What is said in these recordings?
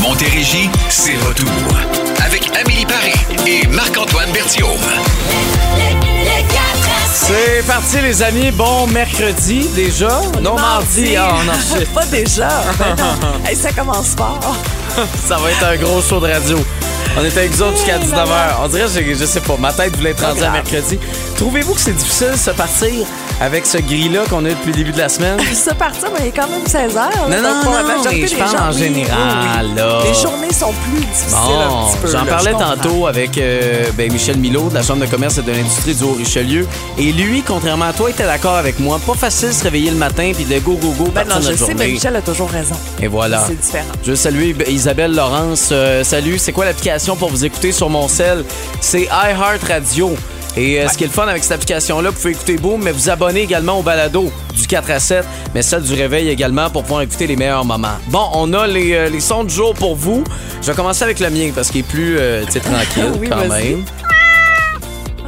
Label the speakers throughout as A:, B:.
A: Montérégie, c'est retour. Avec Amélie Paris et Marc-Antoine Berthiaume.
B: C'est parti, les amis. Bon mercredi déjà. non, mardi. Ah, on enchaîne.
C: Pas déjà. Ben non. Hey, ça commence fort.
B: Ça va être un gros show de radio. On est avec vous autres jusqu'à
C: Eh là
B: 19h. On dirait, je, je sais pas, ma tête voulait être rendue à
C: grave.
B: mercredi. Trouvez-vous que c'est difficile de se partir avec ce gris-là qu'on a eu depuis le début de la semaine?
C: Ça partir, mais il est quand même 16 heures.
B: Non, non, non, mais je parle en général, là.
C: Les journées sont plus difficiles un
B: Bon,
C: petit peu.
B: j'en
C: là,
B: parlais
C: je comprends.
B: tantôt avec euh, ben, Michel Milot de la Chambre de commerce et de l'industrie du Haut-Richelieu. Et lui, contrairement à toi, était d'accord avec moi. Pas facile de se réveiller le matin puis de go, go, go,
C: Ben
B: partir
C: non, je
B: notre
C: sais, mais
B: journée.
C: Michel a toujours raison.
B: Et voilà.
C: C'est différent.
B: Je veux saluer Isabelle Laurence. Euh, salut, c'est quoi l'application pour vous écouter sur mon cell? C'est iHeartRadio. Et euh, ce qui est le fun avec cette application-là, vous pouvez écouter Boom, mais vous abonnez également au balado du 4 à 7, mais celle du réveil également pour pouvoir écouter les meilleurs moments. Bon, on a les, euh, les sons du jour pour vous. Je vais commencer avec le mien parce qu'il est plus euh, tu sais, tranquille
C: Oui,
B: quand
C: vas-y.
B: même.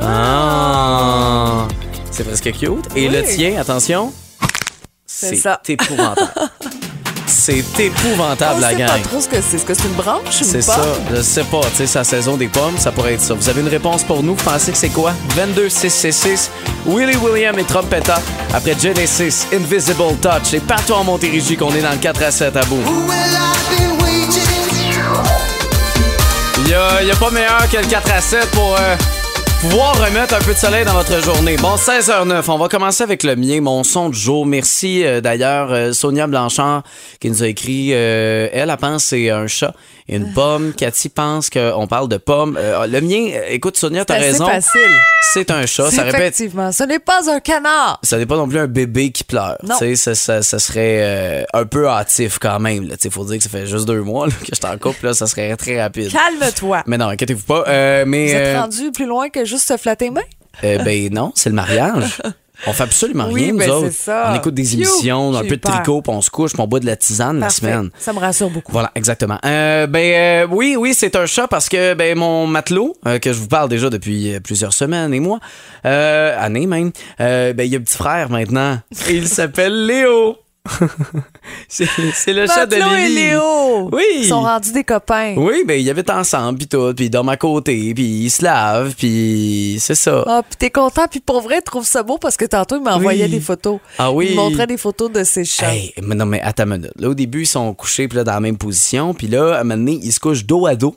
B: Ah! C'est presque cute. Et le
C: Oui.
B: tien, attention.
C: C'est
B: C'est
C: ça.
B: épouvantable. C'est épouvantable,
C: On
B: la
C: sait
B: gang.
C: pas trop ce que c'est. Est-ce que c'est une branche ou
B: C'est
C: une
B: ça,
C: pomme?
B: je sais pas, tu sais, sa saison des pommes, ça pourrait être ça. Vous avez une réponse pour nous, vous pensez que c'est quoi? 22666, Willie William et Trompetta, après Genesis, Invisible Touch, et partout en Montérégie qu'on est dans le 4 à 7 à bout. Il y a, y a pas meilleur que le 4 à 7 pour euh, pouvoir remettre un peu de soleil dans votre journée. Bon, 16h09, on va commencer avec le mien, mon son du jour. Merci euh, d'ailleurs euh, Sonia Blanchard qui nous a écrit, euh, elle, elle pense que c'est un chat et
C: Ah.
B: une pomme. Cathy pense qu'on parle de pomme. Euh, le mien, euh, écoute Sonia, t'as
C: Ben, C'est assez
B: raison,
C: facile.
B: c'est un chat. Ça
C: C'est
B: répète,
C: Effectivement, ce n'est pas un canard.
B: ça n'est pas non plus un bébé qui pleure.
C: Non.
B: Tu sais, ça, ça, ça serait euh, un peu hâtif quand même. là. Tu sais, faut dire que ça fait juste deux mois là, que je t'en couple, là, ça serait très rapide.
C: Calme-toi.
B: Mais non, inquiétez-vous pas. Euh, mais
C: Vous êtes
B: euh,
C: rendu plus loin que juste se flatter les mains?
B: euh, ben non, c'est le mariage. On fait absolument
C: Oui,
B: rien,
C: ben,
B: nous
C: c'est
B: autres.
C: ça.
B: On écoute des
C: Phew,
B: émissions, un
C: j'ai
B: peu
C: eu
B: de
C: peur.
B: tricot, puis on se couche, puis on boit de la tisane
C: Parfait.
B: la semaine.
C: Ça me rassure beaucoup.
B: Voilà, exactement. Euh, ben euh, oui, oui, c'est un chat parce que ben mon matelot euh, que je vous parle déjà depuis euh, plusieurs semaines et moi, euh, années même, euh, ben il y a un petit frère maintenant et il s'appelle Léo. c'est c'est le chat de
C: Matelot et
B: Lily.
C: Léo.
B: Oui.
C: Ils sont rendus des copains.
B: Oui, ben ils habitent ensemble puis tout, puis ils dorment à côté, puis ils se lavent, puis c'est ça.
C: Ah, puis t'es content, puis pour vrai, trouve ça beau parce que tantôt, il m'envoyait
B: Oui.
C: des photos.
B: Ah oui.
C: Il me montrait des photos de ses chats.
B: Hey, mais non, mais attends une minute. Là, au début, ils sont couchés puis là, dans la même position. Puis là, à un moment donné, ils se couchent dos à dos.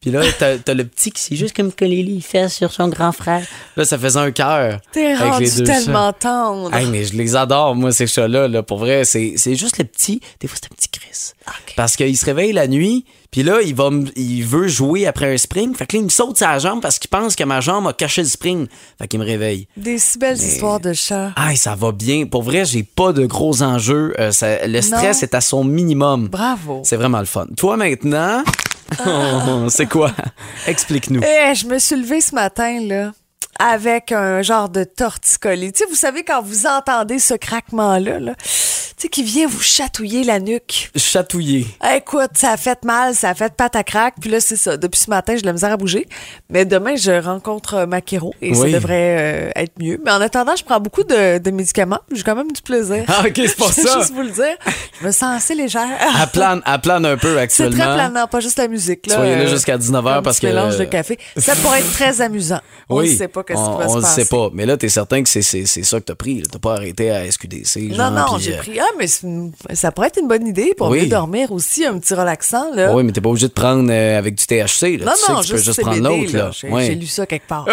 B: Puis là, t'as, t'as le petit qui s'est juste comme collé les fesses sur son grand frère. Là, ça faisait un cœur.
C: T'es
B: avec les
C: rendu
B: deux chats.
C: tellement tendre.
B: Hey, mais je les adore, moi, ces chats-là. Là, pour vrai, c'est, c'est juste le petit. Des fois, c'est un petit Chris.
C: Ok.
B: Parce qu'il se réveille la nuit, puis là, il, va, me- il veut jouer après un spring. Fait que là, il me saute sa jambe parce qu'il pense que ma jambe a caché le spring. Fait qu'il me réveille.
C: Des si belles histoires de chats.
B: Aïe, ça va bien. Pour vrai, j'ai pas de gros enjeux. Euh, ça- le stress
C: Non.
B: est à son minimum.
C: Bravo. Ah.
B: C'est vraiment le fun. Toi maintenant, oh, c'est quoi? Explique-nous.
C: Eh, je me suis levée ce matin, là, avec un genre de torticolis. Tu sais, vous savez, quand vous entendez ce craquement-là, là, tu sais, qui vient vous chatouiller la nuque.
B: Chatouiller.
C: Ah, Écoute, ça a fait mal, ça a fait pâte à craque. Puis là, c'est ça. Depuis ce matin, j'ai de la misère à bouger. Mais demain, je rencontre euh, ma chiro et ça
B: Oui.
C: devrait euh, être mieux. Mais en attendant, je prends beaucoup de, de médicaments. J'ai quand même du plaisir.
B: Ah, OK, c'est pour
C: Je vais
B: ça.
C: juste vous le dire. Je me sens assez légère.
B: À plane, à plane un peu
C: C'est
B: actuellement.
C: très planant, pas juste la musique. Là,
B: Soyez là
C: Euh,
B: jusqu'à 19
C: un
B: heures
C: petit
B: parce que-
C: mélange de café. Ça pourrait être très amusant. On
B: oui,
C: ne sait pas qu'est-ce
B: on-
C: qui va
B: on
C: se
B: le
C: passer.
B: sait pas. Mais là, t'es certain que c'est, c'est, c'est ça que t'as pris. là. T'as pas arrêté à SQDC. genre,
C: Non, non,
B: puis,
C: j'ai
B: euh,
C: pris. Ah, mais c'est une- ça pourrait être une bonne idée pour
B: Oui.
C: mieux dormir aussi, un petit relaxant. Là.
B: Ah Oui, mais t'es pas obligé de prendre euh, avec du THC. Là.
C: non,
B: tu sais
C: non,
B: que tu peux
C: juste,
B: juste
C: CBD,
B: prendre l'autre.
C: là.
B: Là.
C: J'ai
B: Ouais. Ah.
C: j'ai lu ça quelque part.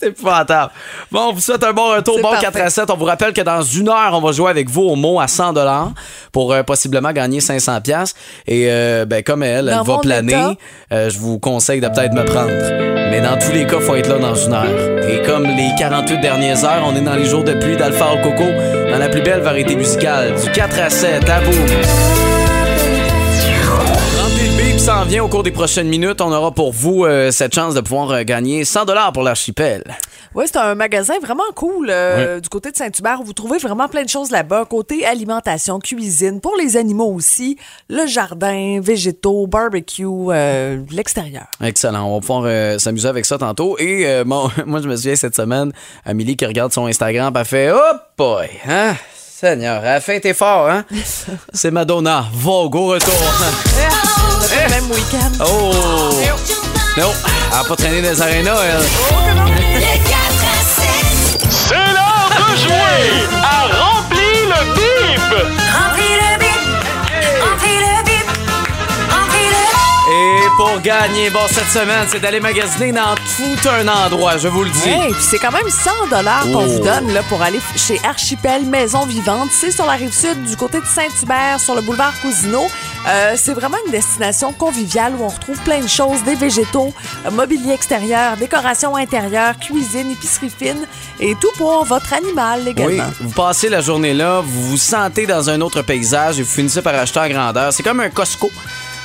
B: C'est épouvantable. Bon, on vous souhaite un bon retour.
C: C'est
B: Bon
C: parfait.
B: 4 à 7. On vous rappelle que dans une heure, on va jouer avec vous au mot à 100 pour euh, possiblement gagner 500 pièces. Et euh, ben, comme elle,
C: Dans
B: elle va
C: mon état.
B: planer, euh, je vous conseille de peut-être me prendre. Mais dans tous les cas, faut être là dans une heure. Et comme les 48 dernières heures, on est dans les jours de pluie d'Alpha au Coco, dans la plus belle variété musicale. Du 4 à 7, à vous. Remplis le bip, s'en vient au cours des prochaines minutes. On aura pour vous euh, cette chance de pouvoir euh, gagner 100 pour l'archipel.
C: Oui, c'est un magasin vraiment cool euh, du côté de Saint-Hubert. où Vous trouvez vraiment plein de choses là-bas. Côté alimentation, cuisine, pour les animaux aussi, le jardin, végétaux, barbecue, euh, l'extérieur.
B: Excellent. On va pouvoir euh, s'amuser avec ça tantôt. Et euh, bon, moi, je me souviens cette semaine, Amélie qui regarde son Instagram, elle fait Oh boy, hein? Seigneur, la fin t'es fort, hein? C'est Madonna. Vogue au retour.
C: Le même week-end.
B: Oh! Non, elle a pas traîné dans les arénas, elle.
D: C'est l'heure de jouer à Remplis le bip
B: Et pour gagner, bon, cette semaine, c'est d'aller magasiner dans tout un endroit, je vous le dis.
C: Hey, puis c'est quand même 100 dollars qu'on
B: Oh.
C: vous donne là, pour aller f- chez Archipel Maison Vivante. C'est sur la rive sud, du côté de Saint-Hubert, sur le boulevard Cousineau. Euh, c'est vraiment une destination conviviale où on retrouve plein de choses, des végétaux, euh, mobilier extérieur, décoration intérieure, cuisine, épicerie fine et tout pour votre animal
B: Oui,
C: également.
B: vous passez la journée là, vous vous sentez dans un autre paysage et vous finissez par acheter en grandeur. C'est comme un Costco,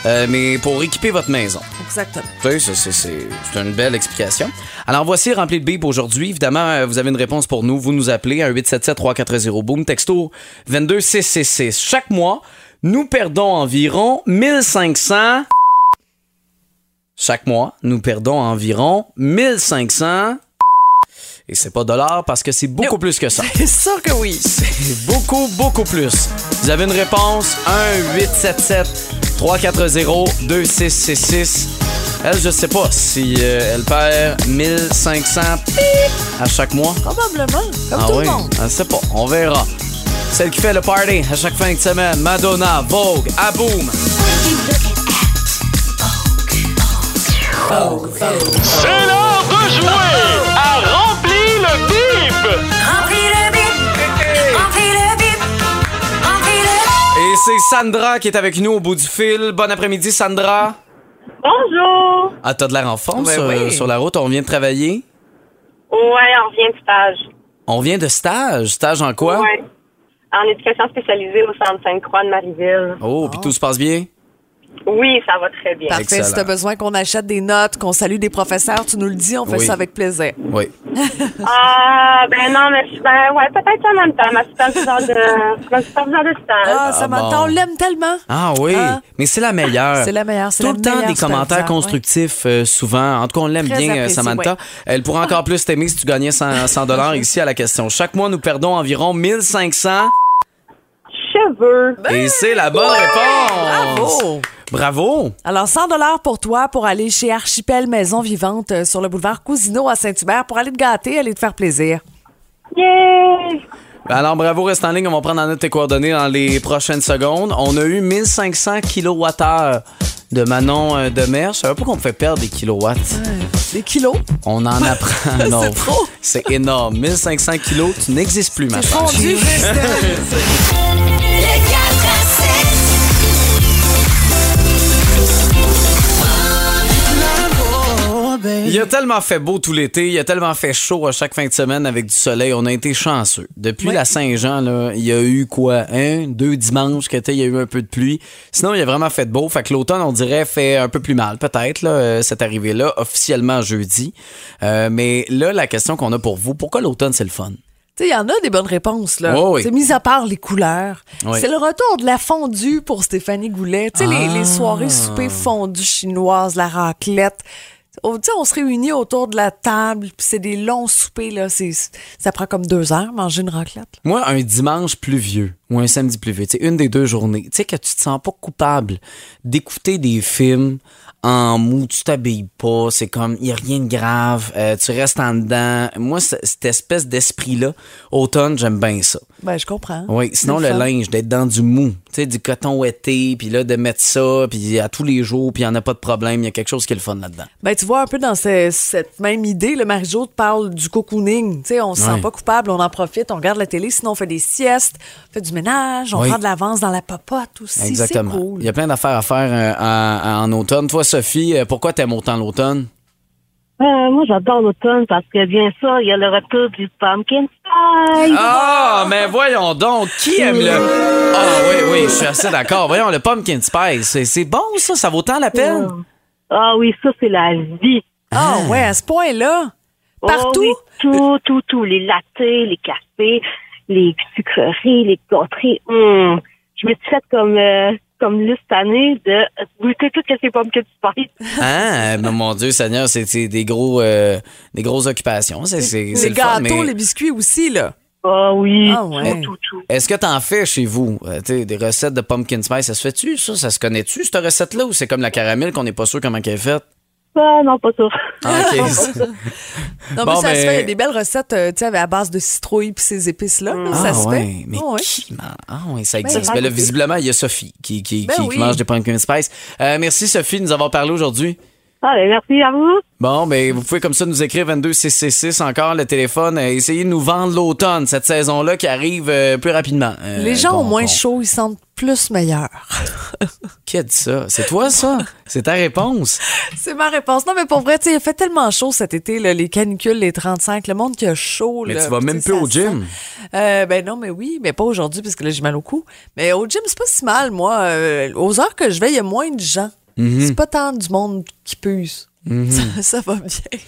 B: euh, mais pour équiper votre maison.
C: Exactement.
B: Tu sais, c'est- c'est- c'est c'est une belle explication. Alors voici rempli de bip aujourd'hui. Évidemment, euh, vous avez une réponse pour nous. Vous nous appelez à 1-877-340-BOOM, texto 22666. Chaque mois, nous perdons environ 1500... Chaque mois, nous perdons environ 1500... Et c'est pas dollars parce que c'est beaucoup
C: Non.
B: plus que ça.
C: C'est sûr que oui.
B: C'est beaucoup, beaucoup plus. Vous avez une réponse? 1-877-340-2666. Elle, je sais pas si euh, elle perd 1500 pip à chaque mois.
C: Probablement, comme
B: ah
C: tout
B: oui,
C: le monde.
B: elle sait pas, on verra. Celle qui fait le party à chaque fin de semaine, Madonna, Vogue, Aboom.
D: C'est l'heure de jouer à Remplis le bip
B: Et c'est Sandra qui est avec nous au bout du fil. Bon après-midi, Sandra.
E: Bonjour!
B: Ah, t'as de l'air en forme
C: Ouais,
B: sur,
C: ouais.
B: sur la route, on vient de travailler.
E: Ouais, on revient de stage.
B: On vient de stage. Stage en quoi?
E: Ouais. En éducation spécialisée au Centre Sainte-Croix de Marieville.
B: Oh, puis tout se passe bien?
E: Oui, ça va très bien.
C: Parfait, si
B: Excellent.
C: tu as besoin qu'on achète des notes, qu'on salue des professeurs, tu nous le dis, on fait
B: Oui.
C: ça avec plaisir.
B: Oui.
E: Ah, ben non, mais je, ben ouais, peut-être en même temps. Ma superviseure de, ma superviseure de
C: Ah,
E: stage.
C: ça
B: Ah,
C: m'entend,
B: bon.
C: on l'aime tellement.
B: Ah oui,
C: Ah.
B: mais c'est la meilleure.
C: C'est la meilleure, c'est
B: Tout
C: la
B: le temps
C: meilleure
B: des commentaires
C: superviseure,
B: constructifs, euh, souvent. En tout cas, on l'aime
C: Très
B: bien, euh,
C: apprécié,
B: Samantha.
C: ouais.
B: Elle pourrait encore plus t'aimer si tu gagnais 100, 100 dollars ici à la question. Chaque mois, nous perdons environ 1500
E: Cheveux.
B: et c'est la bonne réponse.
C: Ben Bravo!
B: Bravo!
C: Alors, 100 pour toi pour aller chez Archipel Maison Vivante euh, sur le boulevard Cousineau à Saint-Hubert pour aller te gâter, aller te faire plaisir.
E: Yay!
B: Alors, bravo, reste en ligne. On va prendre en note tes coordonnées dans les prochaines secondes. On a eu 1500 kWh de Manon euh, Demers. Je savais pas qu'on fait perdre des kilowatts.
C: Des kilos.
B: On en apprend.
C: C'est
B: non.
C: trop.
B: C'est énorme. 1500 kilos, tu n'existes plus, ma
C: T'es
B: femme.
C: fondu.
B: Il a tellement fait beau tout l'été, il a tellement fait chaud à chaque fin de semaine avec du soleil. On a été chanceux. Depuis la Saint-Jean, là, il y a eu quoi? Un, deux dimanches que t'as, il y a eu un peu de pluie. Sinon, il a vraiment fait beau. Fait que l'automne, on dirait, fait un peu plus mal, peut-être, là, euh, cette arrivée-là, officiellement jeudi. Euh, mais là, la question qu'on a pour vous, pourquoi l'automne, c'est le fun?
C: Tu sais, il y en a des bonnes réponses, là.
B: Oh oui.
C: C'est mis à part les couleurs.
B: Oui.
C: C'est le retour de la fondue pour Stéphanie Goulet. Tu sais, les,
B: Ah.
C: les soirées souper fondue chinoise, la raclette. Oh, tu sais, on se réunit autour de la table, puis c'est des longs soupers, là. C'est, ça prend comme deux heures, manger une raclette.
B: Moi, un dimanche pluvieux ou un samedi pluvieux, c'est une des deux journées, tu sais que tu te sens pas coupable d'écouter des films en mou, tu t'habilles pas, c'est comme il y a rien de grave, euh, tu restes en dedans. Moi, c- cette espèce d'esprit là, automne, j'aime bien ça.
C: Ben, je comprends.
B: Oui, sinon le
C: fun.
B: linge d'être dans du mou, tu sais du coton ouetté, puis là de mettre ça, puis à tous les jours, puis il y en a pas de problème, il y a quelque chose qui est le fun là-dedans.
C: Ben, tu vois, un peu dans ce- cette même idée, le Marie-Jo te parle du cocooning. Tu sais, on se
B: Ouais.
C: sent pas coupable, on en profite, on regarde la télé, sinon on fait des siestes, on fait du ménage, on
B: Oui.
C: prend de l'avance dans la popote aussi.
B: Exactement.
C: C'est cool.
B: Il y a plein d'affaires à faire euh, en- en automne. Toi, Sophie, euh, pourquoi t'aimes autant l'automne
E: Euh, moi, j'adore l'automne parce que, bien sûr, il y a le retour du pumpkin pie.
B: Ah, mais voyons donc, qui aime le. Ah, oui, oui, je suis assez d'accord. Voyons, le pumpkin spice, c'est- c'est bon, ça, ça vaut tant la peine.
E: Ah oui, ça, c'est la vie.
C: Ah ouais, à ce point-là. Partout.
E: Oh oui, tout, tout, tout. Les lattés, les cafés, les sucreries, les gâteries. Hum, Je me suis faite comme, euh, comme liste cette année de goûter toutes ces pommes que tu parles.
B: Ah, mais mon Dieu, Seigneur, c'est c'est des gros, euh, des grosses euh, occupations. C'est c'est- c'est le
C: les
B: fun,
C: gâteaux,
B: mais-
C: les biscuits aussi, là.
E: repas, oui.
C: Ah ouais.
E: Tout, tout, tout.
B: Est-ce que t'en fais chez vous? Euh, t'sais, des recettes de pumpkin spice, ça se fait-tu, ça? Ça se connaît-tu, cette recette-là? Ou c'est comme la caramel qu'on n'est pas sûr comment qu'elle est faite?
E: Ah, non, pas ça.
B: Ah, ok.
C: Non, mais
B: Bon,
C: ça se
B: ben-
C: fait. Il y a des belles recettes, euh, tu sais, à base de citrouille puis ces épices-là.
E: Mm.
C: là,
B: Ah
C: ça se
B: ouais,
C: fait.
B: mais
C: Ah ouais.
B: qui man- Ah ouais, ça existe.
E: Ben,
B: Ben là, visiblement, il y a Sophie qui, qui,
C: Ben
B: qui- qui
C: oui.
B: mange des pumpkin spice. Euh, merci Sophie de nous avoir parlé aujourd'hui.
E: Ah, ben, merci à vous.
B: Bon, ben vous pouvez comme ça nous écrire 22666 encore le téléphone. Euh, essayez de nous vendre l'automne, cette saison-là qui arrive euh, plus rapidement. Euh,
C: Les gens
B: qu'on-
C: ont moins
B: qu'on-
C: chaud, ils sentent plus meilleurs.
B: Qui a dit ça? C'est toi ça? C'est ta réponse?
C: C'est ma réponse. Non, mais pour vrai, tu sais, il fait tellement chaud cet été, là, les canicules, les 35, le monde qui a chaud.
B: Mais
C: là,
B: tu vas
C: puis
B: même
C: sais,
B: plus
C: ça
B: au gym.
C: sent. Euh, ben non, mais oui, mais pas aujourd'hui, parce que là, j'ai mal au cou. Mais au gym, c'est pas si mal, moi. Euh, aux heures que je vais, il y a moins de gens.
B: Mhm.
C: C'est pas tant du monde qui puce. ça, ça va bien.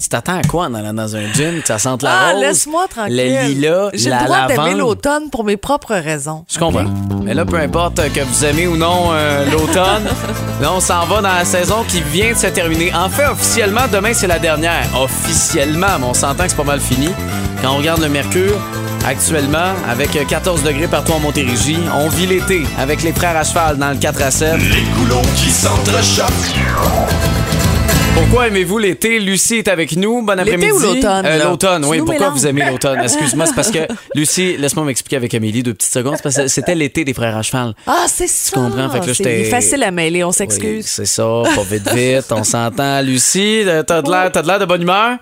B: Tu t'attends à quoi en allant dans un gym? Que ça sente la
C: Ah,
B: rose?
C: laisse-moi tranquille.
B: Le lilas,
C: J'ai
B: la
C: le droit d'aimer
B: lavande.
C: l'automne pour mes propres raisons.
B: Je comprends. Mais là, peu importe euh, que vous aimez ou non euh, l'automne, là, on s'en va dans la saison qui vient de se terminer. En fait, officiellement, demain, c'est la dernière. Officiellement, mais on s'entend que c'est pas mal fini. Quand on regarde le mercure, actuellement, avec 14 degrés partout en Montérégie, on vit l'été avec les frères à cheval dans le 4 à 7.
A: Les coulons qui s'entrechoquent.
B: Pourquoi aimez-vous l'été? Lucie est avec nous. Bon après-midi.
C: L'été ou l'automne,
B: Euh,
C: là?
B: l'automne,
C: Tu
B: oui.
C: nous
B: Pourquoi
C: mélanges.
B: vous aimez l'automne? Excuse-moi, c'est parce que, Lucie, laisse-moi m'expliquer avec Amélie deux petites secondes. c'est parce que c'était l'été des frères à cheval.
C: Ah, c'est ça.
B: comprends, fait que là,
C: C'est-
B: j'étais-
C: il est facile à mêler, on
B: Oui,
C: s'excuse.
B: c'est ça, pas vite vite, on s'entend. Lucie, euh, t'as de l'air, t'as de l'air de bonne humeur?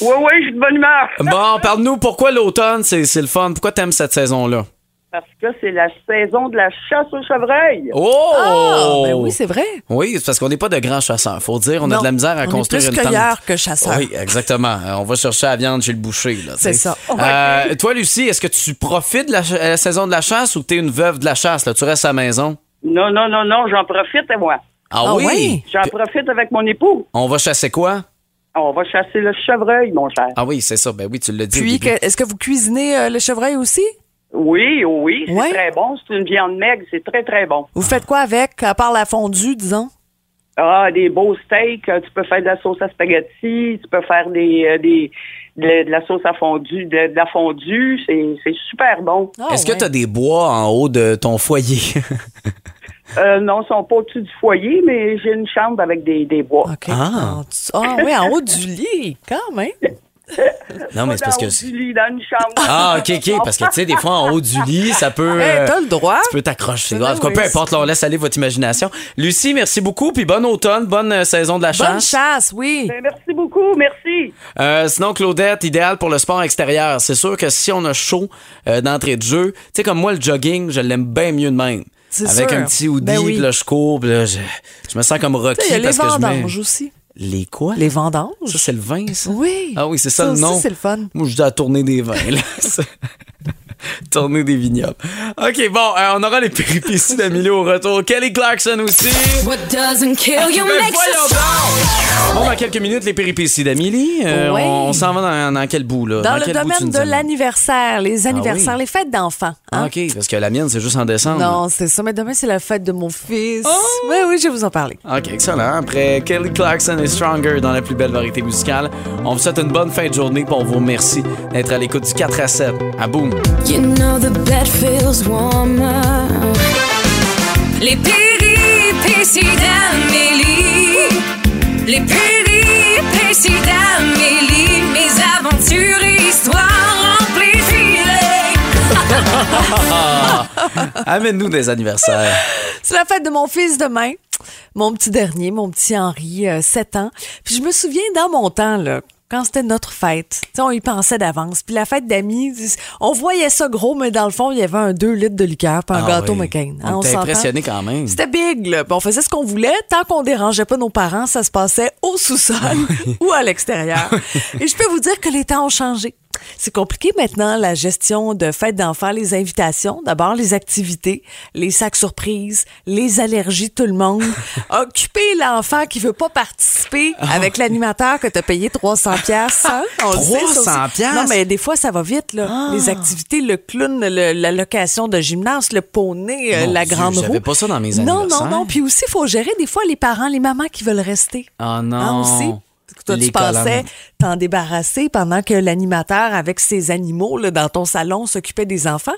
F: Oui, oui, je suis de bonne humeur.
B: Bon, parle-nous pourquoi l'automne, c'est, c'est le fun. Pourquoi t'aimes cette saison-là?
F: Parce que c'est la saison de la chasse au chevreuil.
B: Oh!
C: Ah, ben oui, c'est vrai.
B: Oui, c'est parce qu'on n'est pas de grands chasseurs. Faut dire, on a
C: Non,
B: de la misère à
C: on est
B: construire
C: plus
B: une tente.
C: cueilleurs que chasseurs.
B: Oui, exactement. Euh, On va chercher la viande chez le boucher. là, tu
C: C'est
B: sais.
C: ça.
B: Euh, toi, Lucie, est-ce que tu profites de la, ch- la saison de la chasse ou t'es une veuve de la chasse? Là? Tu restes à la maison?
F: Non, non, non, non, j'en profite, moi.
B: Ah,
C: Ah
B: oui?
C: oui?
F: J'en profite avec mon époux.
B: On va chasser quoi?
F: On va chasser le chevreuil, mon cher.
B: Ah oui, c'est ça. Ben oui, tu l'as dit. au
C: Puis,
B: début.
C: que- est-ce que vous cuisinez euh, le chevreuil aussi?
F: Oui, oui, c'est
C: Ouais.
F: très bon. C'est une viande maigre, c'est très, très bon.
C: Vous faites quoi avec, à part la fondue, disons?
F: Ah, des beaux steaks, euh, tu peux faire de la sauce à spaghetti, tu peux faire des, euh, des de, de la sauce à fondue, de, de la fondue, c'est c'est super bon.
B: Est-ce
C: Ah
B: que tu as des bois en haut de ton foyer?
F: Euh, non, ils sont pas au-dessus du foyer, mais j'ai une chambre avec des, des bois.
C: OK.
B: Ah.
C: En dessous- Ah oui, en haut du lit, quand même.
B: non, mais c'est parce
F: Dans
B: que.
F: du lit, dans une chambre.
B: Ah, ok, ok. Parce que, tu sais, des fois, en haut du lit, ça peut.
C: Hey,
B: euh,
C: t'as le droit.
B: Tu peux t'accrocher.
C: Ben
B: En tout cas, peu
C: oui.
B: importe, là, on laisse aller votre imagination. Lucie, merci beaucoup. Puis bon automne, bonne euh, saison de la
C: Bonne
B: chasse.
C: chasse, oui.
F: Ben, merci beaucoup, merci.
B: Euh, sinon, Claudette, idéal pour le sport extérieur. C'est sûr que si on a chaud euh, d'entrée de jeu, tu sais, comme moi, le jogging, je l'aime bien mieux de même.
C: C'est
B: Avec
C: sûr.
B: un petit hoodie,
C: Ben oui.
B: puis là, je cours, puis là, je, je me sens comme Rocky
C: Tu sais, Il y a les
B: parce que je mets...
C: vendanges aussi.
B: Les quoi?
C: Les vendanges?
B: Ça, c'est le vin, ça?
C: Oui.
B: Ah oui, c'est ça,
C: Ça
B: le
C: aussi,
B: nom.
C: c'est le fun.
B: Moi, je dis à tourner des vins, là. C'est- tourner des vignobles. OK, bon, euh, on aura les péripéties d'Amélie au retour. Kelly Clarkson aussi.
G: What doesn't kill you
B: Ben,
G: makes
B: voyons
G: us
B: donc! Bon, dans quelques minutes, les péripéties d'Amélie. Euh,
C: Ouais.
B: On, on s'en va dans, dans quel bout, là?
C: Dans
B: quel bout tu
C: le domaine
B: nous
C: de
B: amènes? Ah
C: l'anniversaire, les anniversaires,
B: oui.
C: les fêtes d'enfants. hein.
B: Ah, OK, parce que la mienne, c'est juste en décembre.
C: Non, c'est ça. Mais demain, c'est la fête de mon fils.
B: Oh!
C: Oui, oui, je vais vous en parler.
B: OK, excellent. Après Kelly Clarkson et Stronger dans la plus belle variété musicale, on vous souhaite une bonne fin de journée puis on vous remercie d'être à l'écoute du 4 à 7. À boum!
G: You know the bed feels warmer. Les péripéties d'Amélie. Les péripéties d'Amélie. Mes aventures et histoires remplies de filets.
B: Amène-nous des anniversaires.
C: C'est la fête de mon fils demain. Mon petit dernier, mon petit Henri, euh, 7 ans. Puis je me souviens dans mon temps, là, quand c'était notre fête, tu sais, on y pensait d'avance. Puis la fête d'amis, on voyait ça gros, mais dans le fond, il y avait un 2 litres de liqueur puis un
B: Ah
C: gâteau
B: oui.
C: McCain. Hein,
B: On était
C: s'entend?
B: impressionnés quand même.
C: C'était big, là. Puis on faisait ce qu'on voulait. Tant qu'on dérangeait pas nos parents, ça se passait au sous-sol ou à l'extérieur. Et je peux vous dire que les temps ont changé. C'est compliqué maintenant, la gestion de fêtes d'enfants, les invitations, d'abord les activités, les sacs surprises, les allergies de tout le monde. Occuper l'enfant qui veut pas participer avec l'animateur que t'as payé 300 pièces. On le sait, ça aussi.
B: 300 piastres?
C: Non, mais des fois, ça va vite, là. Les activités, le clown, le- la location de gymnase, le poney, euh,
B: Mon
C: la
B: Dieu,
C: grande
B: j'avais
C: roue.
B: pas ça dans mes
C: Non, non,
B: anniversaires.
C: non. Puis aussi, il faut gérer des fois les parents, les mamans qui veulent rester.
B: Ah non.
C: Hein, aussi. que toi,
H: Les
C: tu pensais
H: colonnes.
C: t'en débarrasser pendant que l'animateur avec ses animaux là, dans ton salon s'occupait des enfants.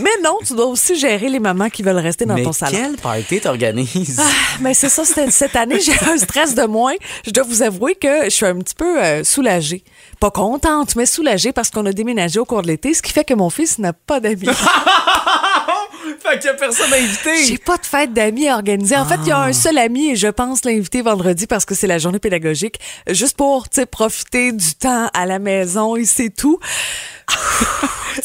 C: Mais non, tu dois aussi gérer les mamans qui veulent rester dans
H: Mais
C: ton salon.
H: quelle party t'organises?
C: Ah, mais c'est ça, c'était- cette année, j'ai un stress de moins. Je dois vous avouer que je suis un petit peu euh, soulagée. Pas contente, mais soulagée parce qu'on a déménagé au cours de l'été, ce qui fait que mon fils n'a pas d'amis.
B: fait qu'il y a personne à inviter.
C: J'ai pas de fête d'amis à organiser. En fait, il y a un seul ami et je pense l'inviter vendredi parce que c'est la journée pédagogique, juste pour tu sais, profiter du temps à la maison et c'est tout. Tu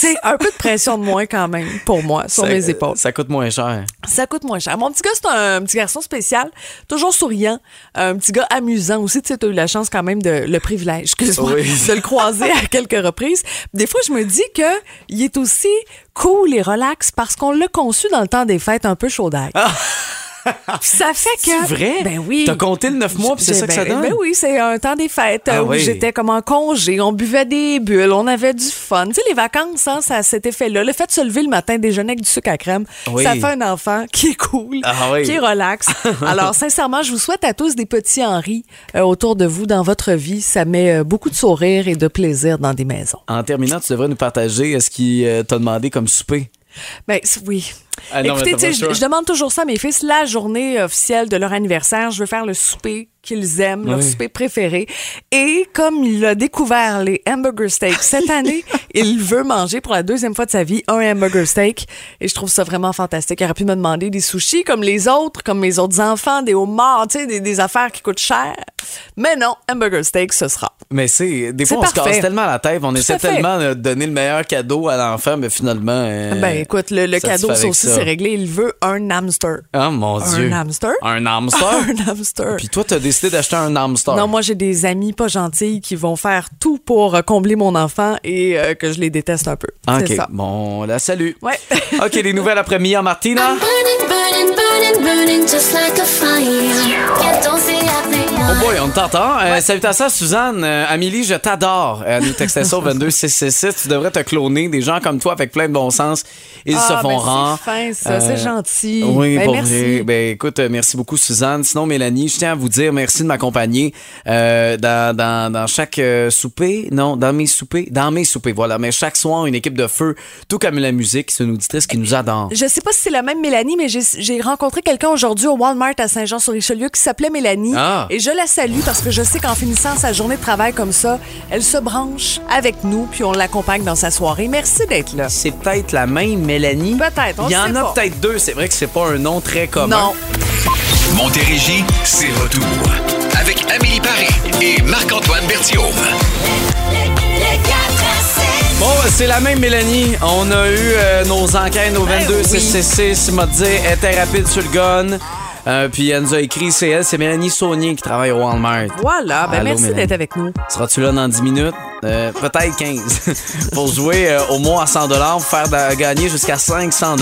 C: sais, un peu de pression de moins quand même pour moi sur
B: Ça-
C: mes épaules.
B: Ça coûte moins cher.
C: Ça coûte moins cher. Mon petit gars, c'est un petit garçon spécial, toujours souriant, un petit gars amusant aussi. Tu sais, t'as eu la chance quand même de le privilège, excuse-moi,
B: Oui.
C: de le croiser à quelques reprises. Des fois, je me dis que il est aussi cool et relax parce qu'on l'a conçu dans le temps des fêtes un peu chaud d'ail. ça fait que.
B: Ah! C'est vrai?
C: Ben oui.
B: T'as compté le neuf mois, puis c'est
C: J'ai-
B: ça que
C: ben-
B: ça donne?
C: Ben oui, c'est un temps des fêtes
B: Ah
C: euh, où
B: oui.
C: j'étais comme en congé, on buvait des bulles, on avait du fun. Tu sais, les vacances, hein, ça a cet effet-là. Le fait de se lever le matin, déjeuner avec du sucre à crème,
B: Oui.
C: ça fait un enfant qui est cool,
B: Ah oui.
C: qui est relax. Alors, sincèrement, je vous souhaite à tous des petits Henri euh, autour de vous dans votre vie. Ça met euh, beaucoup de sourire et de plaisir dans des maisons.
B: En terminant, tu devrais nous partager euh, ce qui euh, t'a demandé comme souper.
C: Ben c- oui.
B: Ah non, mais
C: Écoutez,
B: t'as
C: tu
B: pas
C: sais,
B: le choix.
C: je, je demande toujours ça à mes fils. La journée officielle de leur anniversaire, je veux faire le souper qu'ils aiment, leur
B: Oui.
C: souper préféré. Et comme il a découvert les hamburger steaks cette année, il veut manger pour la deuxième fois de sa vie un hamburger steak. Et je trouve ça vraiment fantastique. Il aurait pu me demander des sushis comme les autres, comme mes autres enfants, des homards, tu sais, des, des affaires qui coûtent cher. Mais non, hamburger steak, ce sera.
B: Mais c'est des
C: C'est
B: fois on se
C: parfait.
B: casse tellement la tête, on
C: Tout
B: essaie
C: à fait.
B: tellement de donner le meilleur cadeau à l'enfant, mais finalement. euh,
C: ben écoute, le,
B: ça
C: le
B: se
C: cadeau,
B: fait
C: ça
B: avec
C: aussi,
B: ça.
C: c'est réglé. Il veut un hamster.
B: Oh mon
C: Un
B: dieu.
C: hamster?
B: Un hamster.
C: Un hamster.
B: Puis toi, t'as décidé d'acheter un hamster.
C: Non, moi, j'ai des amis pas gentils qui vont faire tout pour euh, combler mon enfant et euh, que je les déteste un peu.
B: Ah, Ok.
C: C'est ça.
B: Bon, la salut.
C: Ouais.
B: ok, les nouvelles après Mia Martina. Oh boy, on t'entend. Euh, Salutations à Suzanne. Euh, Amélie, je t'adore. Euh, Elle nous textait ça au 22666. Tu devrais te cloner. Des gens comme toi avec plein de bon sens. Ils
C: Ah,
B: se font Euh,
C: ben,
B: rang.
C: c'est fin, ça. C'est gentil.
B: Oui,
C: Ben,
B: pour
C: merci.
B: vrai. Ben, écoute, euh, merci beaucoup, Suzanne. Sinon, Mélanie, je tiens à vous dire merci de m'accompagner euh, dans, dans, dans chaque euh, souper. Non, dans mes soupers. Dans mes soupers, voilà. Mais chaque soir, une équipe de feu, tout comme la musique, c'est une auditrice qui nous adore.
C: Je sais pas si c'est la même Mélanie, mais j'ai- j'ai rencontré quelqu'un aujourd'hui au Walmart à Saint-Jean-sur-Richelieu qui s'appelait Mélanie.
B: Ah.
C: Et je la salue parce que je sais qu'en finissant sa journée de travail comme ça, elle se branche avec nous puis on l'accompagne dans sa soirée. Merci d'être là.
B: C'est peut-être la même Mélanie.
C: Peut-être, on
B: Il y
C: le
B: en
C: sait
B: a
C: pas.
B: peut-être deux. C'est vrai que c'est pas un nom très commun.
C: Non.
A: Montérégie, c'est retour. Avec Amélie Paris et Marc-Antoine Bertiaume.
B: Bon, c'est la même Mélanie. On a eu euh, nos enquêtes, nos
C: Ben
B: 22 666, m'a dit, elle était rapide sur le gun. Euh, puis elle nous a écrit, c'est elle, c'est Mélanie Saunier qui travaille au Walmart.
C: Voilà. Ben,
B: Allô,
C: merci
B: Mélanie.
C: d'être avec nous.
B: Seras-tu là dans 10 minutes? Euh, Peut-être 15. pour jouer euh, au moins à 100 pour faire da- gagner jusqu'à 500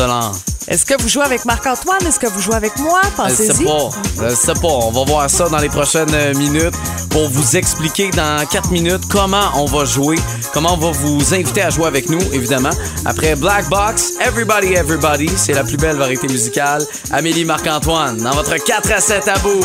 C: Est-ce que vous jouez avec Marc-Antoine? Est-ce que vous jouez avec moi?
B: Je sais
C: Pensez-y.
B: Euh, pas. Je sais pas. On va voir ça dans les prochaines euh, minutes pour vous expliquer dans 4 minutes comment on va jouer, comment on va vous inviter à jouer avec nous, évidemment. Après Black Box, Everybody Everybody, c'est la plus belle variété musicale. Amélie Marc-Antoine, dans votre 4 à 7 à boum.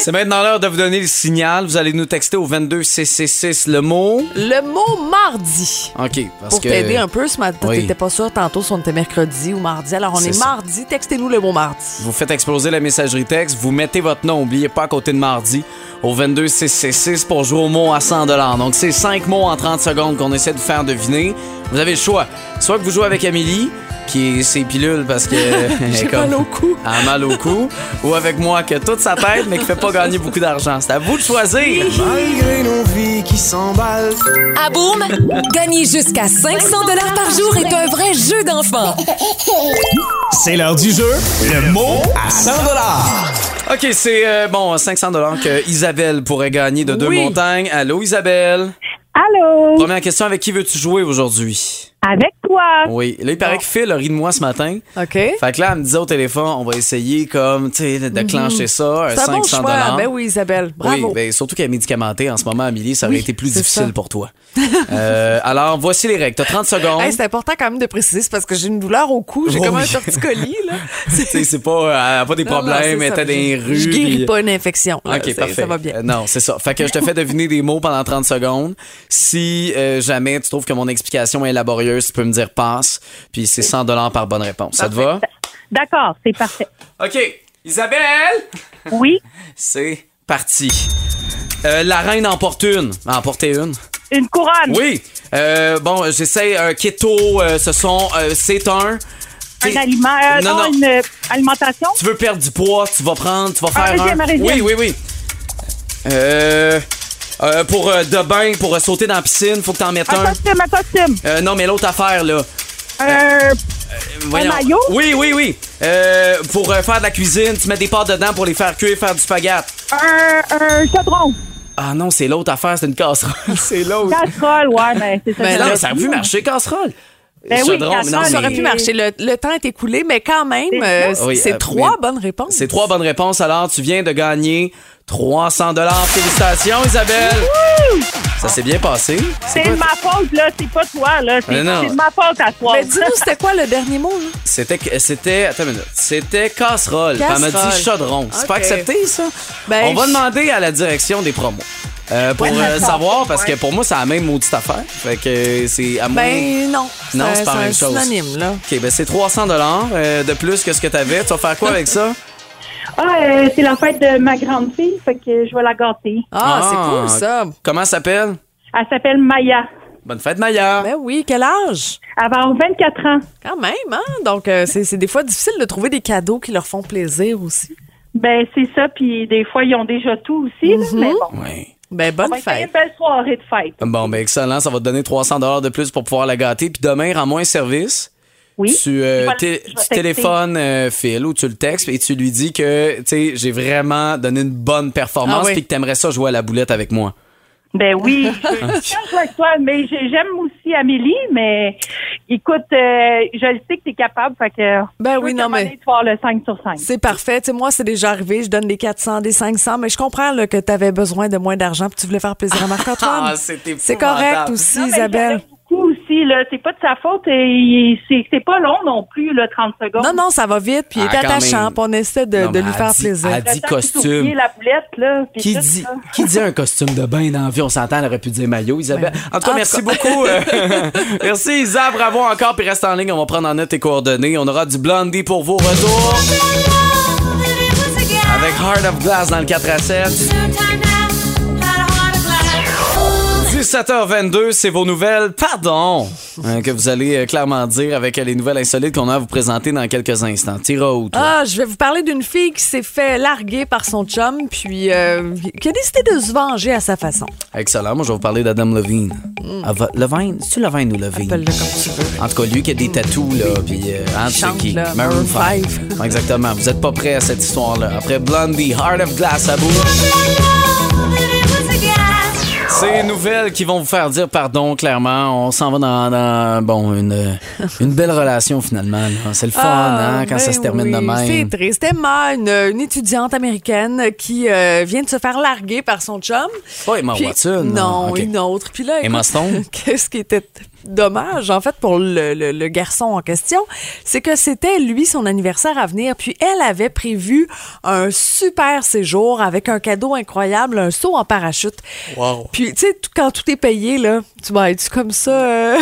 B: C'est maintenant l'heure de vous donner le signal. Vous allez nous texter au 22666 le mot.
C: Le mot mardi.
B: OK, parce
C: Pour
B: que...
C: t'aider un peu ce matin,
B: Oui.
C: t'étais pas sûr tantôt si on était mercredi ou mardi. Alors on
B: C'est
C: est,
B: ça.
C: mardi, textez-nous le mot mardi.
B: Vous faites exploser la messagerie texte, vous mettez votre nom, n'oubliez pas à côté de mardi, au 22666 pour jouer au mot à 100 Donc, c'est 5 mots en 30 secondes qu'on essaie de vous faire deviner. Vous avez le choix. Soit que vous jouez avec Amélie, qui est ses pilules parce que. elle est
C: J'ai
B: Eh, comme-
C: mal au cou.
B: Elle a mal au cou. ou avec moi, qui a toute sa tête, mais qui fait pas gagner beaucoup d'argent. C'est à vous de choisir.
I: Malgré nos vies qui s'emballent.
G: À Boom, gagner jusqu'à 500 dollars par jour est un vrai jeu d'enfant.
I: C'est l'heure du jeu. Le mot à 100
B: OK, c'est euh, bon, 500 que Isabelle pourrait gagner de deux
C: Oui.
B: montagnes. Allô, Isabelle?
E: Allô?
B: Première question, avec qui veux-tu jouer aujourd'hui?
E: Avec toi.
B: Oui. Là, il paraît que Phil a ri de moi ce matin.
C: OK.
B: Fait que là, elle me disait au téléphone, on va essayer comme, tu sais, de déclencher ça, un
C: Mhm. C'est un bon
B: 500
C: choix. Ben oui, Isabelle. Bravo.
B: Oui, ben, surtout qu'elle est médicamentée en ce moment, Amélie, ça aurait
C: Oui,
B: été plus
C: c'est
B: difficile
C: ça.
B: pour toi. Euh, alors, voici les règles. T'as 30 secondes.
C: Hey, c'est important quand même de préciser, c'est parce que j'ai une douleur au cou, j'ai
B: Oh
C: comme un
B: oui.
C: torticolis. Là. C'est-
B: Tu sais, c'est pas, elle a pas des
C: Non, non,
B: problèmes,
C: c'est
B: elle
C: ça.
B: était dans les
C: Je-
B: rues.
C: Je guéris
B: puis-
C: pas une infection. là.
B: OK,
C: C'est-
B: parfait.
C: Ça va bien.
B: Euh, non, c'est ça. Fait que je te fais deviner des mots pendant 30 secondes. Si euh, jamais tu trouves que mon explication est laborieuse, tu peux me dire passe, puis c'est 100 dollars par bonne réponse. Ça te va?
E: D'accord, c'est parfait.
B: OK. Isabelle,
E: Oui,
B: c'est parti. Euh, la reine emporte une. Emporter une.
E: une couronne.
B: Oui. Euh, bon, j'essaie un keto, euh, ce sont euh, c'est un
E: Un
B: T'es-
E: aliment, euh,
B: Non,
E: non,
B: non.
E: une euh, alimentation.
B: Tu veux perdre du poids, tu vas prendre, tu vas
E: Un
B: faire
E: régime,
B: un.
E: un régime.
B: Oui, oui, oui. Euh, euh, pour euh, de bain, pour euh, sauter dans la piscine, faut que t'en mettes
E: Un
B: un.
E: costume, un costume.
B: Euh, non, mais l'autre affaire, là.
E: Euh,
B: Voyons.
E: maillot?
B: Oui, oui, oui. Euh, pour euh, faire de la cuisine, tu mets des pâtes dedans pour les faire cuire, faire du spaghetti.
E: un, un chaudron.
B: Ah non, c'est l'autre affaire, c'est une casserole. c'est l'autre.
E: Casserole, ouais, mais c'est ça.
B: Mais
E: que
B: non,
E: j'ai
B: mais ça a
E: dit.
B: pu marcher, casserole.
E: Ben oui,
B: Chaudron, mais non,
E: casserole,
B: mais-
C: Ah, Ça aurait pu marcher. Le, le temps est écoulé, mais quand même, euh, c'est
B: Oui, euh,
C: trois
B: mais-
C: bonnes réponses.
B: C'est trois bonnes réponses. Alors, tu viens de gagner 300 dollars. Félicitations, Isabelle. Ça s'est bien passé.
E: C'est de ma faute, là. C'est pas toi, là. C'est
B: Mais
E: c'est
B: non.
E: de ma faute à toi.
C: Mais dis-nous, c'était quoi le dernier mot? là?
B: C'était c'était attends une minute. C'était casserole. Puis Elle m'a dit
C: Casserole.
B: chaudron. C'est pas
C: Ok.
B: accepté ça.
C: Ben,
B: On va
C: je-
B: demander à la direction des promos. euh, pour euh, savoir, parce que pour moi, c'est la même maudite affaire. Fait que euh, c'est à moi.
C: Ben non.
B: non,
C: Ça-
B: c'est pas la
C: un
B: même chose.
C: synonyme, là.
B: OK, ben c'est 300 dollars euh, de plus que ce que t'avais. Tu vas faire quoi avec ça?
E: Ah, euh, c'est la fête de ma grande fille, fait que je vais la gâter.
C: Ah,
B: Ah.
C: c'est cool, ça.
B: Comment ça s'appelle?
E: Elle s'appelle Maya.
B: Bonne fête, Maya.
C: Ben oui, quel âge?
E: Elle va avoir 24 ans.
C: Quand même, hein? Donc, euh, c'est c'est des fois difficile de trouver des cadeaux qui leur font plaisir aussi.
E: Ben, c'est ça, puis des fois, ils ont déjà tout aussi, là,
C: Mhm.
E: mais bon.
B: Oui.
C: Ben,
E: On
C: bonne
E: va faire une
C: fête.
E: belle soirée de fête.
B: Bon, ben excellent. Ça va te donner 300 dollars de plus pour pouvoir la gâter. Puis demain, rends moins service.
E: Oui.
B: Tu, euh,
E: Je vais-
B: té-
E: je vais
B: tu
E: texter.
B: téléphones euh, Phil ou tu le textes et tu lui dis que tu sais, j'ai vraiment donné une bonne performance
C: Ah oui.
B: puis que t'aimerais ça jouer à la boulette avec moi.
E: Ben oui, je veux bien jouer avec toi, mais j'ai- j'aime aussi Amélie, mais écoute, euh, je le sais que t'es capable, fait que...
C: Ben
E: je veux
C: oui, non,
E: te
C: mais-
E: demander de faire le 5 sur 5.
C: C'est parfait. Tu sais, moi, c'est déjà arrivé. Je donne des 400, des 500, mais je comprends là, que tu avais besoin de moins d'argent puis tu voulais faire plaisir à Marc-Antoine.
B: Ah, c'est
C: c'est
B: épouvantable.
C: correct aussi,
E: Non, mais
C: Isabelle.
E: j'en ai beaucoup aussi, là. C'est pas de sa faute et c'est c'est pas long non plus, là, 30 secondes.
C: Non, non, ça va vite, puis il
B: Ah,
C: est
B: quand
C: attachant,
B: même.
C: puis on essaie de,
B: Non,
C: de
B: mais
C: lui
B: elle
C: faire
B: dit-
C: plaisir.
B: elle dit
E: Le temps que tu
B: costume.
E: oublies la boulette, là, puis
B: Qui
E: tout
B: dit,
E: ça.
B: qui dit un costume de bain dans la vie? On s'entend, elle aurait pu dire maillot, Isabelle. En tout cas,
C: En
B: merci
C: tout
B: beaucoup. euh, merci, Isa. Bravo encore. Puis reste en ligne. On va prendre en note tes coordonnées. On aura du Blondie pour vos retours. Avec Heart of Glass dans le 4 à 7. 17h22, c'est vos nouvelles, pardon, hein, que vous allez euh, clairement dire avec euh, les nouvelles insolites qu'on a à vous présenter dans quelques instants. Tira où, toi?
C: Ah, je vais vous parler d'une fille qui s'est fait larguer par son chum, puis euh, qui a décidé de se venger à sa façon.
B: Excellent, moi je vais vous parler d'Adam Levine. Ah, Ava- Levine? C'est-tu Levine ou Levine?
C: Hmm. Appelle-le comme tu veux.
B: En tout cas, lui qui a des tatous, là, puis euh, hein, tu sais
C: chante,
B: qui?
C: là,
B: Maroon
C: Maroon
B: 5.
C: five.
B: Exactement, vous êtes pas prêts à cette histoire-là. Après Blondie, Heart of Glass à bout. Ces nouvelles qui vont vous faire dire pardon, clairement. On s'en va dans, dans, bon, une, euh, une belle relation finalement. là. C'est le fun hein, quand ça
C: ben
B: se termine
C: oui,
B: de même.
C: C'est triste. Emma, une, une étudiante américaine qui euh, vient de se faire larguer par son chum.
B: Pas Emma
C: Puis-
B: Watson, hein.
C: Non,
B: ok.
C: une autre. Puis là,
B: Emma
C: écoute,
B: Stone?
C: Qu'est-ce qui était dommage, en fait, pour le, le- le garçon en question, c'est que c'était lui son anniversaire à venir. Puis elle avait prévu un super séjour avec un cadeau incroyable, un saut en parachute. Puis, tu sais, tout- quand tout est payé, là, tu vas être comme ça. euh,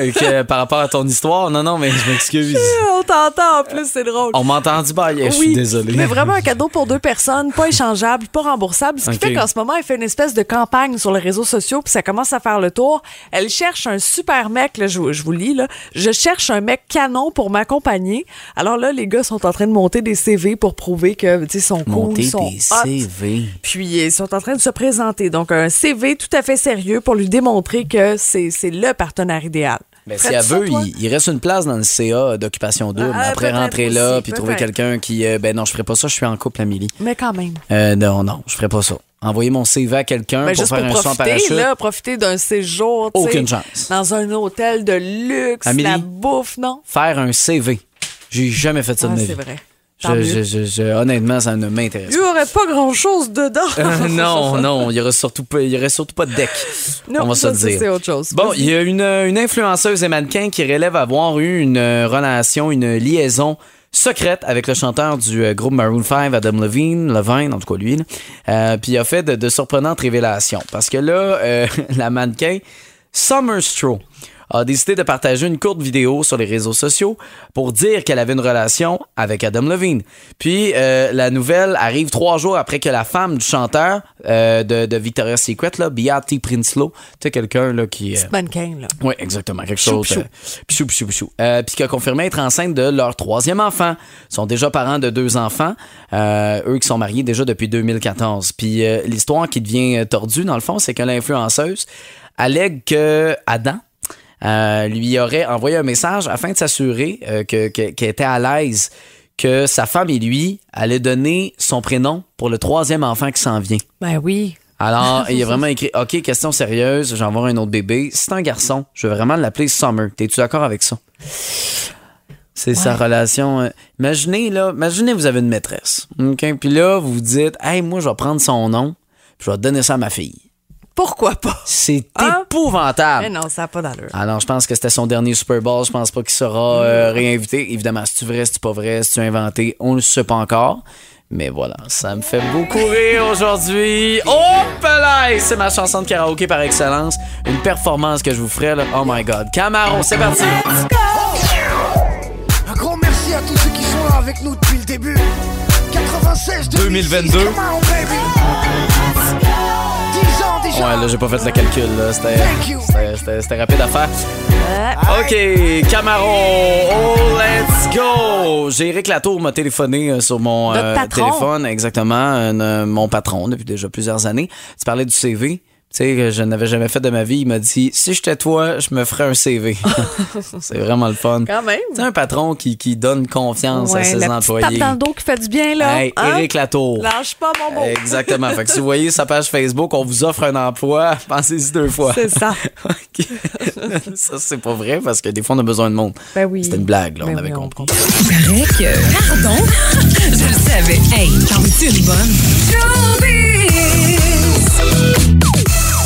B: Et que par rapport à ton histoire, non, non, mais je m'excuse.
C: on t'entend en plus, c'est drôle.
B: On m'a entendu bailler, je suis
C: Oui,
B: désolé.
C: Mais vraiment un cadeau pour deux personnes, pas échangeable, pas remboursable. Ce qui
B: Ok.
C: fait qu'en ce moment, elle fait une espèce de campagne sur les réseaux sociaux, puis ça commence à faire le tour. Elle cherche un super mec, là, je, vous- je vous lis, là. Je cherche un mec canon pour m'accompagner. Alors là, les gars sont en train de monter des CV pour prouver que, tu sais, sont cool,
B: Monter
C: sont
B: des
C: hot.
B: CV.
C: Puis ils sont en train de se présenter. Donc, un CV tout à fait sérieux pour lui démontrer que c'est c'est le partenaire idéal.
B: Mais si
C: Ferais-tu
B: elle
C: ça,
B: veut,
C: toi?
B: il, il reste une place dans le CA d'occupation double.
C: Ah,
B: Après
C: peut-être
B: rentrer
C: aussi,
B: là, puis trouver
C: peut-être.
B: quelqu'un qui, euh, ben non, je ferai pas ça, je suis en couple, Amélie.
C: Mais quand même.
B: Euh, non, non, je ferai pas ça. envoyer mon CV à quelqu'un
C: Mais
B: pour
C: Ben, juste
B: faire
C: pour
B: un saut en
C: profiter,
B: parachute.
C: là, profiter d'un séjour, tu sais,
B: Aucune chance.
C: Dans un hôtel de luxe,
B: Amélie?
C: la bouffe, non?
B: Faire un CV. J'ai jamais fait ça
C: Ah,
B: de ma vie.
C: c'est vrai. Tant
B: Je-
C: mieux.
B: je- je- je- honnêtement, ça ne m'intéresse
C: Il n'y aurait pas grand-chose dedans.
B: Euh, non, non, il y aurait surtout pas, il y aurait surtout pas de deck.
C: Non,
B: on va se
C: ça,
B: le dire.
C: c'est autre chose.
B: Bon,
C: Vas-y.
B: il y a une, euh, une influenceuse et mannequin qui relève avoir eu une euh, relation, une liaison secrète avec le chanteur du euh, groupe Maroon 5, Adam Levine, Levine, en tout cas lui. là. Euh, puis il a fait de, de surprenantes révélations. Parce que là, euh, la mannequin Summer Straw a décidé de partager une courte vidéo sur les réseaux sociaux pour dire qu'elle avait une relation avec Adam Levine. Puis euh, la nouvelle arrive trois jours après que la femme du chanteur euh, de, de Victoria's Secret, là, Beatty Prinslow, tu sais quelqu'un là qui euh,
C: Mannequin, là.
B: oui, exactement. Quelque
C: Pchou,
B: chose.
C: pchou.
B: euh, Pchou, pchou, pchou. Euh, Puis qui a confirmé être enceinte de leur troisième enfant. Ils sont déjà parents de deux enfants, euh, eux qui sont mariés déjà depuis 2014. Puis euh, l'histoire qui devient euh, tordue, dans le fond, c'est que l'influenceuse allègue que Adam euh, lui aurait envoyé un message afin de s'assurer euh, que- que- qu'elle était à l'aise, que sa femme et lui allaient donner son prénom pour le troisième enfant qui s'en vient.
C: Ben oui.
B: Alors, il a vraiment écrit OK, question sérieuse, j'en vais avoir un autre bébé. C'est un garçon, je veux vraiment l'appeler Summer. T'es-tu d'accord avec ça? C'est sa relation. euh, Imaginez, là, imaginez, vous avez une maîtresse. OK? Puis là, vous vous dites, hey, moi, je vais prendre son nom, puis je vais donner ça à ma fille.
C: Pourquoi pas?
B: C'est
C: Ah!
B: épouvantable.
C: Mais non, ça n'a pas d'allure.
B: Alors, je pense que c'était son dernier Super Bowl. Je pense pas qu'il sera euh, réinvité. Évidemment, si tu vrai, si tu pas vrai, si tu inventé, on le sait pas encore. Mais voilà, ça me fait beaucoup rire aujourd'hui. Hop là! Et C'est ma chanson de karaoké par excellence. Une performance que je vous ferai, là. Oh my God. Camaro, c'est parti!
H: Un grand merci à tous ceux qui sont là avec nous depuis le début. 96 2022.
B: 2022.
H: 10 ans déjà.
B: Ouais, là, j'ai pas fait le calcul, là. C'était-
H: Thank you.
B: c'était- C'était c'était rapide à faire. OK, Camaro, oh, let's go! J'ai Éric Latour m'a téléphoné euh, sur mon
C: Notre patron.
B: téléphone, exactement, un, euh, mon patron depuis déjà plusieurs années. Tu parlais du CV. Tu sais, que je n'avais jamais fait de ma vie. Il m'a dit Si j'étais toi, je me ferais un CV. c'est vraiment le fun.
C: Quand même.
B: C'est un patron qui, qui donne confiance à
C: Ouais,
B: ses
C: la petite tape
B: employés.
C: dans le dos qui fait du bien, là.
B: Hey,
C: hein?
B: Éric Latour.
C: Lâche pas, mon beau.
B: Exactement. Fait que si vous voyez sa page Facebook, on vous offre un emploi, pensez-y deux fois.
C: C'est ça.
B: OK. ça, c'est pas vrai parce que des fois, on a besoin de monde.
C: Ben oui.
B: C'était une blague, là,
C: Ben
B: on avait
C: oui,
B: compris.
G: Pardon? Je le savais. Hey, t'en es une bonne?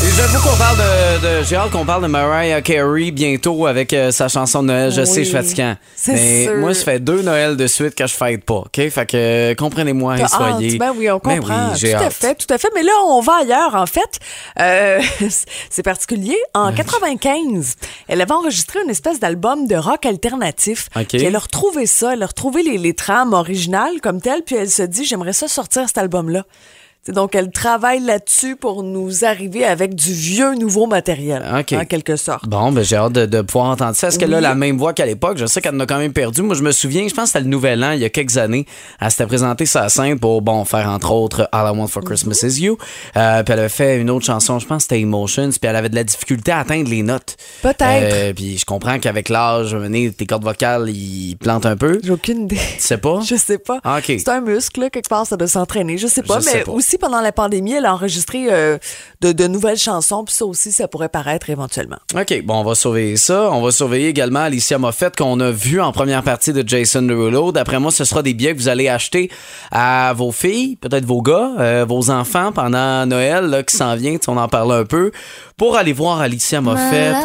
B: Et j'avoue qu'on parle de. de- J'ai hâte qu'on parle de Mariah Carey bientôt avec euh, sa chanson de Noël. Je
C: Oui.
B: sais, je suis fatigant.
C: C'est
B: Mais
C: sûr.
B: moi, ça fait deux Noëls de suite que je fête pas. OK? Fait que euh, comprenez-moi et
C: T'as hâte.
B: soyez.
C: Ben oui, on
B: Mais
C: comprend.
B: oui, j'ai
C: tout à
B: hâte.
C: fait, tout à fait. Mais là, on va ailleurs, en fait. Euh, c'est particulier.
B: Ben
C: En 95, elle avait enregistré une espèce d'album de rock alternatif.
B: OK.
C: Puis elle a retrouvé ça, elle a retrouvé les, les trames originales comme telles, puis elle se dit, j'aimerais ça sortir cet album-là. C'est Donc, elle travaille là-dessus pour nous arriver avec du vieux nouveau matériel,
B: OK.
C: en quelque sorte.
B: Bon, ben j'ai hâte de, de pouvoir entendre ça. Est-ce qu'elle a la même voix qu'à l'époque? Je sais qu'elle en a quand même perdu. Moi, je me souviens, je pense que c'était le Nouvel An, il y a quelques années. Elle s'était présentée sa scène pour, bon, faire entre autres All I Want for Christmas Is You. Euh, puis elle avait fait une autre chanson, je pense que c'était Emotions. Puis elle avait de la difficulté à atteindre les notes.
C: Peut-être.
B: Euh, puis je comprends qu'avec l'âge, à un moment donné, tes cordes vocales, ils plantent un peu. Tu
C: J'ai aucune idée.
B: sais pas?
C: Je sais pas.
B: Ah, OK.
C: C'est un muscle, là, quelque part, ça doit s'entraîner. Je sais pas.
B: Je
C: mais
B: sais pas.
C: aussi, pendant la pandémie, elle a enregistré euh, de, de nouvelles chansons, puis ça aussi, ça pourrait paraître éventuellement.
B: OK, bon, on va surveiller ça. On va surveiller également Alicia Moffett qu'on a vu en première partie de Jason Derulo. D'après moi, ce sera des billets que vous allez acheter à vos filles, peut-être vos gars, euh, vos enfants pendant Noël là, qui s'en vient, tu sais, on en parle un peu, pour aller voir Alicia Moffett.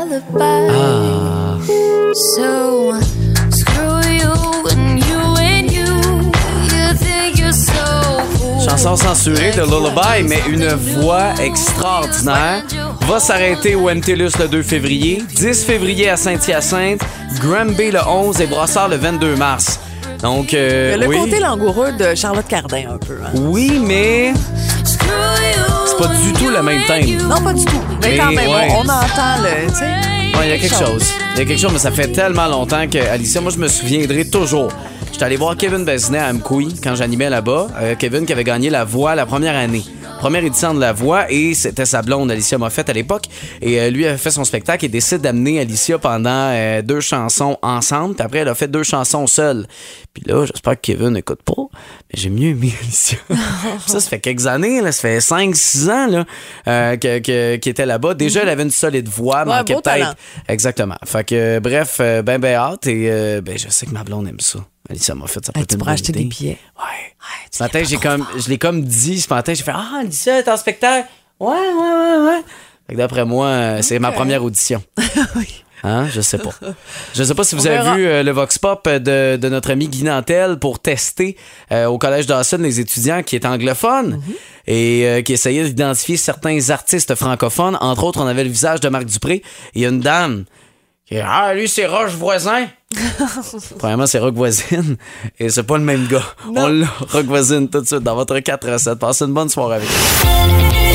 B: Chanson censurée de Lullaby, mais une voix extraordinaire. Va s'arrêter au MTLUS le 2 février, 10 février à Saint-Hyacinthe, Granby le 11 et Brassard le 22 mars. Donc, euh,
C: le
B: oui.
C: côté langoureux de Charlotte Cardin, un peu. hein.
B: Oui, mais c'est pas du tout le même thème.
C: Non, pas du tout. Mais,
B: Mais
C: quand même,
B: ouais.
C: on, on entend le. tu sais.
B: Ouais, Il y a quelque chose. Il y a quelque chose, mais ça fait tellement longtemps que, Alicia, moi, je me souviendrai toujours. J'étais allé voir Kevin Bazinet à Amkoui quand j'animais là-bas. Euh, Kevin qui avait gagné la voix la première année. première édition de La Voix et c'était sa blonde Alicia Moffett à l'époque. Et euh, lui a fait son spectacle et décide d'amener Alicia pendant euh, deux chansons ensemble. Puis après, elle a fait deux chansons seule. Puis là, j'espère que Kevin n'écoute pas, mais j'ai mieux aimé Alicia. ça, ça fait quelques années, là, ça fait 5-6 ans là, euh, que- que- qu'elle était là-bas. Déjà, elle avait une solide voix,
C: Ouais,
B: manquait
C: beau talent.
B: peut-être. Exactement. Fait que, euh, bref, euh, ben, ben hâte et euh, ben, je sais que ma blonde aime ça. Alicia Moffett, ça peut
C: Hey,
B: être
C: tu
B: une
C: pourras
B: bonne
C: acheter des
B: idée.
C: billets.
B: Ouais.
C: Ouais, tu
B: Ce matin,
C: viens pas
B: j'ai
C: trop
B: comme,
C: fort.
B: je l'ai comme dit ce matin, j'ai fait Ah, Alicia est en spectacle. Ouais, ouais, ouais, ouais. Fait que d'après moi, euh, c'est ma première audition.
C: Oui.
B: Hein? Je sais pas. Je sais pas si vous
C: On verra.
B: avez vu euh, le Vox Pop de, de notre ami Guy Nantel pour tester euh, au Collège Dawson les étudiants qui étaient
C: Mhm.
B: anglophones et euh, qui essayaient d'identifier certains artistes francophones. Entre autres, on avait le visage de Marc Dupré. Il y a une dame qui est, Ah, lui, c'est Roche Voisin. Premièrement, c'est Rock Voisine et c'est pas le même gars. On l'a, Rock Voisine, tout de suite dans votre 4 à 7. Passez une bonne soirée avec nous.